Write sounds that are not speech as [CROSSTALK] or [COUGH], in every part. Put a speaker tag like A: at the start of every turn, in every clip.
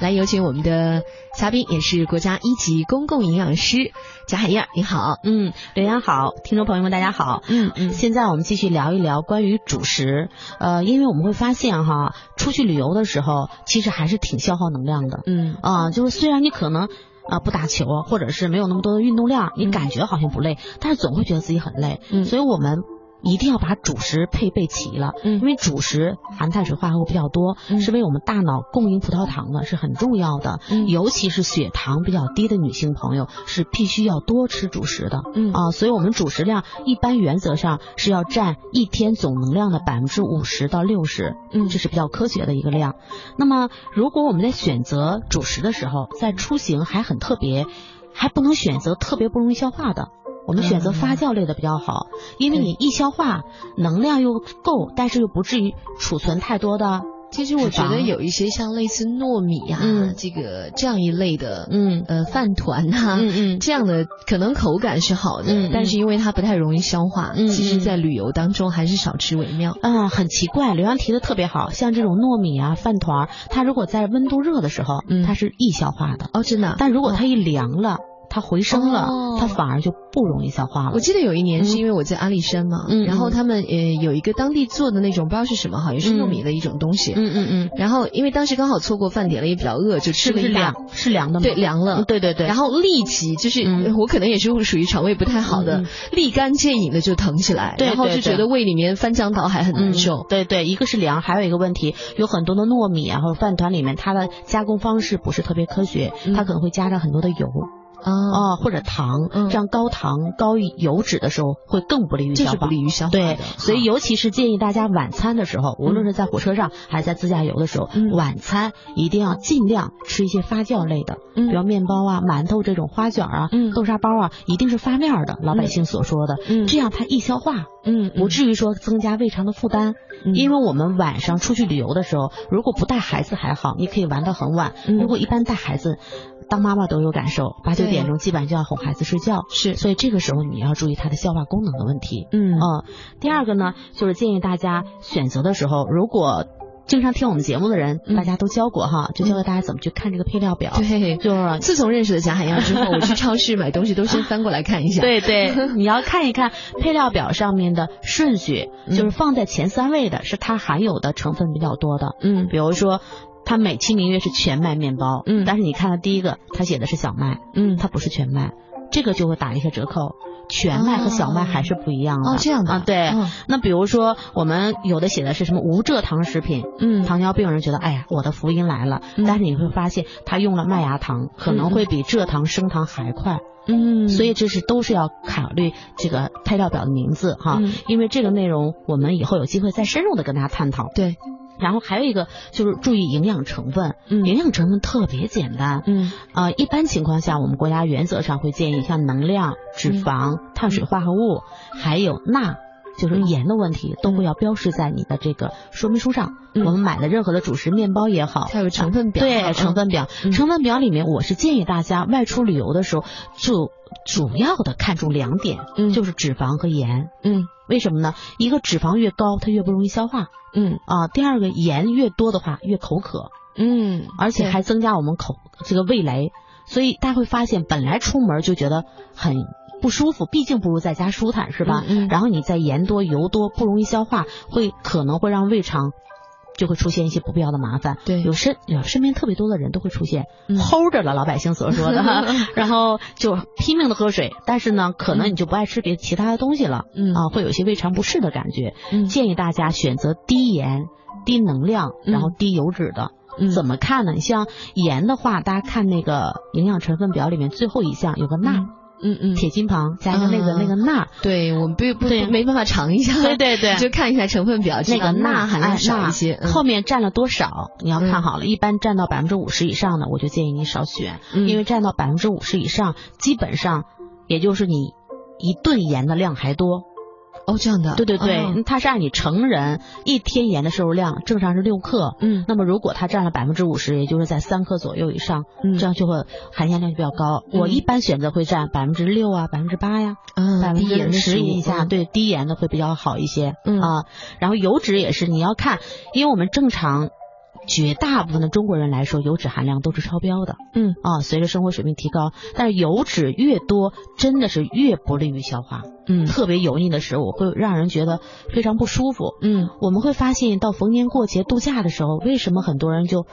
A: 来有请我们的嘉宾，也是国家一级公共营养师贾海燕，你好。
B: 嗯，刘洋好，听众朋友们大家好。
A: 嗯嗯
B: 现在我们继续聊一聊关于主食，呃，因为我们会发现哈，出去旅游的时候其实还是挺消耗能量的
A: 嗯
B: 啊、就是虽然你可能。啊、不打球或者是没有那么多的运动量，你感觉好像不累，但是总会觉得自己很累。
A: 嗯
B: 所以我们一定要把主食配备齐了，
A: 嗯
B: 因为主食含碳水化合物比较多，
A: 嗯
B: 是为我们大脑供应葡萄糖的，是很重要的。
A: 嗯
B: 尤其是血糖比较低的女性朋友，是必须要多吃主食的。
A: 嗯
B: 啊，所以我们主食量一般原则上是要占一天总能量的百分之五十到六十，
A: 嗯
B: 这是比较科学的一个量。那么，如果我们在选择主食的时候，在出行还很特别，还不能选择特别不容易消化的。我们选择发酵类的比较好，因为你一消化，能量又够，但是又不至于储存太多的。
A: 其实我觉得
B: 脂肪
A: 有一些像类似糯米呀、
B: 嗯
A: 这个这样一类的，
B: 嗯
A: 呃，饭团呐、
B: 嗯
A: 这样的可能口感是好的，
B: 嗯嗯
A: 但是因为它不太容易消化，
B: 嗯
A: 其实，
B: 嗯
A: 在旅游当中还是少吃为妙。
B: 啊、很奇怪，刘洋提的特别好，像这种糯米啊、饭团儿，它如果在温度热的时候，
A: 嗯
B: 它是易消化的，
A: 哦，真的啊、
B: 但如果它一凉了，它回升了，
A: 哦
B: 它反而就不容易消化了
A: 我。记得有一年
B: 嗯
A: 是因为我在阿里山嘛，
B: 嗯嗯
A: 然后他们呃有一个当地做的那种不知道是什么，好像是糯米的一种东西。
B: 嗯嗯嗯，
A: 然后因为当时刚好错过饭点了，也比较饿，就吃
B: 是不
A: 了
B: 是
A: 一大
B: 凉？是凉的吗？
A: 对，凉了
B: 嗯。对对对。
A: 然后立即就是、
B: 嗯
A: 呃我可能也是属于肠胃不太好的，
B: 嗯嗯
A: 立竿见影的就疼起来，
B: 对
A: 然后
B: 对
A: 就觉
B: 对
A: 得胃里面翻江倒海很难受
B: 嗯。。对对，一个是凉，还有一个问题，有很多的糯米啊或者饭团里面，它的加工方式不是特别科学，
A: 嗯
B: 它可能会加上很多的油
A: 啊，
B: 哦或者糖，
A: 嗯
B: 这样高糖高油脂的时候会更不利于
A: 这
B: 消
A: 是
B: 化
A: 不。利于消化的
B: 对，所以尤其是建议大家晚餐的时候，无论是在火车上还是在自驾游的时候，
A: 嗯
B: 晚餐一定要尽量吃一些发酵类的，
A: 嗯
B: 比如面包啊、馒头这种花卷啊、
A: 嗯
B: 豆沙包啊，一定是发面儿的，老百姓所说的，
A: 嗯
B: 这样它易消化，
A: 嗯
B: 不至于说增加胃肠的负担。
A: 嗯
B: 因为我们晚上出去旅游的时候，如果不带孩子还好，你可以玩到很晚；
A: 嗯
B: 如果一般带孩子，当妈妈都有感受，八九
A: 对
B: 点钟基本上就要哄孩子睡觉，
A: 是
B: 所以这个时候你要注意他的消化功能的问题。
A: 嗯
B: 嗯，第二个呢，就是建议大家选择的时候，如果经常听我们节目的人，
A: 嗯
B: 大家都教过哈，就教给大家怎么去看这个配料表，
A: 对。[LAUGHS]
B: [LAUGHS] 就是
A: 自从认识了贾海洋之后，我去超市买东西都先翻过来看一下。，
B: [LAUGHS] 对对，你要看一看配料表上面的顺序，
A: 嗯
B: 就是放在前三位的是它含有的成分比较多的，
A: 嗯
B: 比如说。它美其名曰是全麦面包，
A: 嗯
B: 但是你看它第一个，它写的是小麦，
A: 嗯，
B: 它不是全麦，这个就会打一些折扣。全麦和小麦还是不一样的。
A: 哦，这样的
B: 啊，对。
A: 哦
B: 那比如说，我们有的写的是什么无蔗糖食品，
A: 嗯
B: 糖尿病人觉得，哎呀，我的福音来了。
A: 嗯
B: 但是你会发现，他用了麦芽糖，可能会比蔗糖升糖还快。
A: 嗯，
B: 所以这是都是要考虑这个配料表的名字哈，
A: 嗯
B: 因为这个内容我们以后有机会再深入的跟大家探讨。
A: 对，
B: 然后还有一个就是注意营养成分，
A: 嗯
B: 营养成分特别简单，
A: 嗯
B: 呃，一般情况下我们国家原则上会建议像能量、脂
A: 嗯
B: 肪、碳水化合物，还有钠。就是
A: 嗯
B: 盐的问题都会要标示在你的这个说明书上。
A: 嗯
B: 我们买的任何的主食，面包也好，
A: 它有成分表
B: 对
A: 嗯
B: 成分表，
A: 嗯
B: 成分表里面，我是建议大家外出旅游的时候，就主要的看重两点，
A: 嗯
B: 就是脂肪和盐。
A: 嗯
B: 为什么呢？一个脂肪越高，它越不容易消化
A: 嗯
B: 啊；第二个盐越多的话，越口渴，
A: 嗯，
B: 而且
A: 对
B: 还增加我们口这个味蕾。所以大家会发现，本来出门就觉得很不舒服，毕竟不如在家舒坦，是吧？
A: 嗯嗯
B: 然后你再盐多油多，不容易消化，会可能会让胃肠。就会出现一些不必要的麻烦，
A: 对
B: 有身有身边特别多的人都会出现
A: 嗯
B: 齁着了，老百姓所说
A: [LAUGHS]
B: 的，然后就拼命的喝水，但是呢，可能你就不爱吃别其他的东西了，
A: 嗯
B: 啊，会有一些胃肠不适的感觉。
A: 嗯
B: 建议大家选择低盐、低能量，
A: 嗯
B: 然后低油脂的。
A: 嗯
B: 怎么看呢？你像盐的话，大家看那个营养成分表里面最后一项有个钠，
A: 嗯嗯，
B: 铁金旁加一个那个、
A: 嗯
B: 那个
A: [LAUGHS]
B: 钠。
A: 对我们不不
B: 对
A: 没办法尝一下，
B: 对对对
A: 就看一下成分表，知
B: [LAUGHS] 那
A: 道
B: 个钠
A: 含量少一些，
B: 钠嗯后面占了多少？你要
A: 哎嗯
B: 看好了，一般占到百分之五十以上的，我就建议你少选，
A: 嗯
B: 因为占到百分之五十以上，基本上也就是你一顿盐的量还多。
A: 哦这样的，
B: 对对对，嗯
A: 哦
B: 它是按你成人一天盐的摄入量，正常是六克。
A: 嗯
B: 那么如果它占了百分之五十，也就是在三克左右以上，
A: 嗯
B: 这样就会含盐量就比较高。
A: 嗯
B: 我一般选择会占百分之六啊，百分之八呀，百
A: 嗯，
B: 分
A: 低盐
B: 之
A: 的
B: 十以下，
A: 食物，
B: 对低盐的会比较好一些。
A: 嗯
B: 啊，然后油脂也是，你要看，因为我们正常。绝大部分的中国人来说，油脂含量都是超标的。
A: 嗯
B: 啊，随着生活水平提高，但是油脂越多，真的是越不利于消化。
A: 嗯
B: 特别油腻的食物会让人觉得非常不舒服。
A: 嗯
B: 我们会发现，到逢年过节度假的时候，为什么很多人就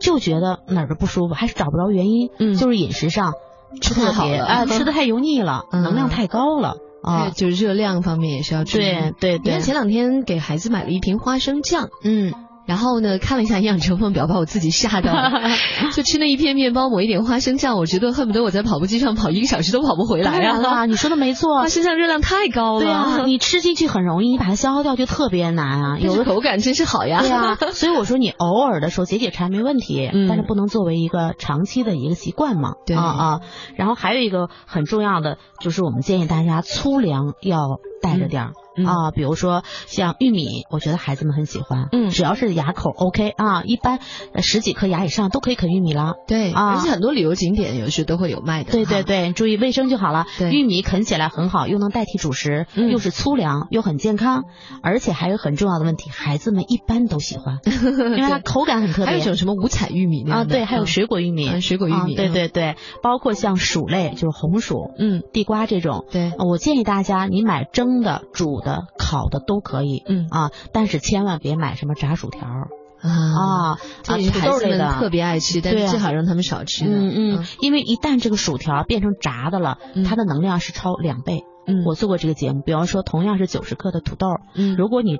B: 就觉得哪儿都不舒服，还是找不着原因？
A: 嗯
B: 就是饮食上
A: 吃太好
B: 特别
A: 了
B: 啊，吃的太油腻了，
A: 嗯
B: 能量太高了
A: 还
B: 啊
A: 有。就是热量方面也是要注意。
B: 对对
A: 你
B: 对
A: 看，前两天给孩子买了一瓶花生酱，
B: 嗯，
A: 然后呢看了一下营养成分表，把我自己吓到了。
B: [LAUGHS]
A: 就吃那一片面包，抹一点花生酱，我觉得恨不得我在跑步机上跑一个小时都跑不回来
B: 当然
A: 啊！
B: 了，你说的没错
A: 花。生酱热量太高了，
B: [LAUGHS] 对啊， [LAUGHS] 你吃进去很容易，你把它消耗掉就特别难啊。
A: 有
B: 有
A: 的
B: 的
A: 口感真是好呀。
B: 对啊，所以我说你偶尔的时候解解馋没问题，
A: 嗯
B: 但是不能作为一个长期的一个习惯嘛。
A: 对
B: 啊啊，然后还有一个很重要的就是我们建议大家粗粮要带着点儿。
A: 嗯嗯
B: 啊，比如说像玉米，我觉得孩子们很喜欢，
A: 嗯
B: 只要是牙口 OK 啊，一般呃十几颗牙以上都可以啃玉米了。
A: 对，
B: 啊
A: 而且很多旅游景点有时都会有卖的。啊
B: 对对
A: 哈，
B: 对，注意卫生就好了。
A: 对
B: 玉米啃起来很好，又能代替主食，
A: 嗯
B: 又是粗粮，又很健康，而且还有很重要的问题，孩子们一般都喜 [LAUGHS] 欢，因为它口感很特别。
A: 还有一种什么五彩玉米那
B: 啊，
A: 样的
B: 对，还有
A: 嗯
B: 水果玉米，
A: 啊水果玉米
B: 啊对对对，包括像薯类，就是红薯、
A: 嗯，
B: 地瓜这种。
A: 对，
B: 呃我建议大家，你买蒸的、煮的、烤的都可以
A: 嗯
B: 啊，但是千万别买什么炸薯条儿
A: 啊，
B: 啊啊，
A: 这也是
B: 土
A: 孩
B: 豆
A: 子
B: 类
A: 们特
B: 的。
A: 别爱吃，但
B: 对
A: 是
B: 啊
A: 最好让他们少吃呢。
B: 嗯嗯，因为一旦这个薯条变成炸的了，
A: 嗯
B: 它的能量是超两倍。
A: 嗯
B: 我做过这个节目，比方说同样是九十克的土豆，
A: 嗯
B: 如果你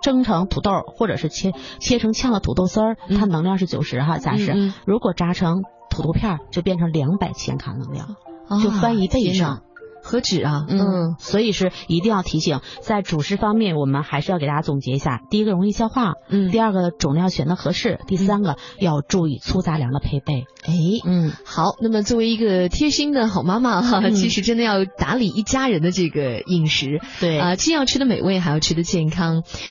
B: 蒸成土豆儿或者是切切成炝的土豆丝儿，
A: 嗯
B: 它能量是九十哈，假设、
A: 嗯
B: 如果炸成土豆片儿，就变成两百千卡能量，
A: 嗯
B: 就
A: 啊
B: 翻一倍以
A: 天
B: 上
A: 哪。何止啊？
B: 嗯，所以是一定要提醒，在主食方面，我们还是要给大家总结一下：第一个容易消化，
A: 嗯，
B: 第二个种量选的合适，第三个要注意粗杂粮的配备。
A: 哎。
B: 嗯，
A: 好，那么作为一个贴心的好妈妈哈，
B: 嗯
A: 其实真的要打理一家人的这个饮食
B: 对
A: 呃啊、既要吃的美味，还要吃的健康。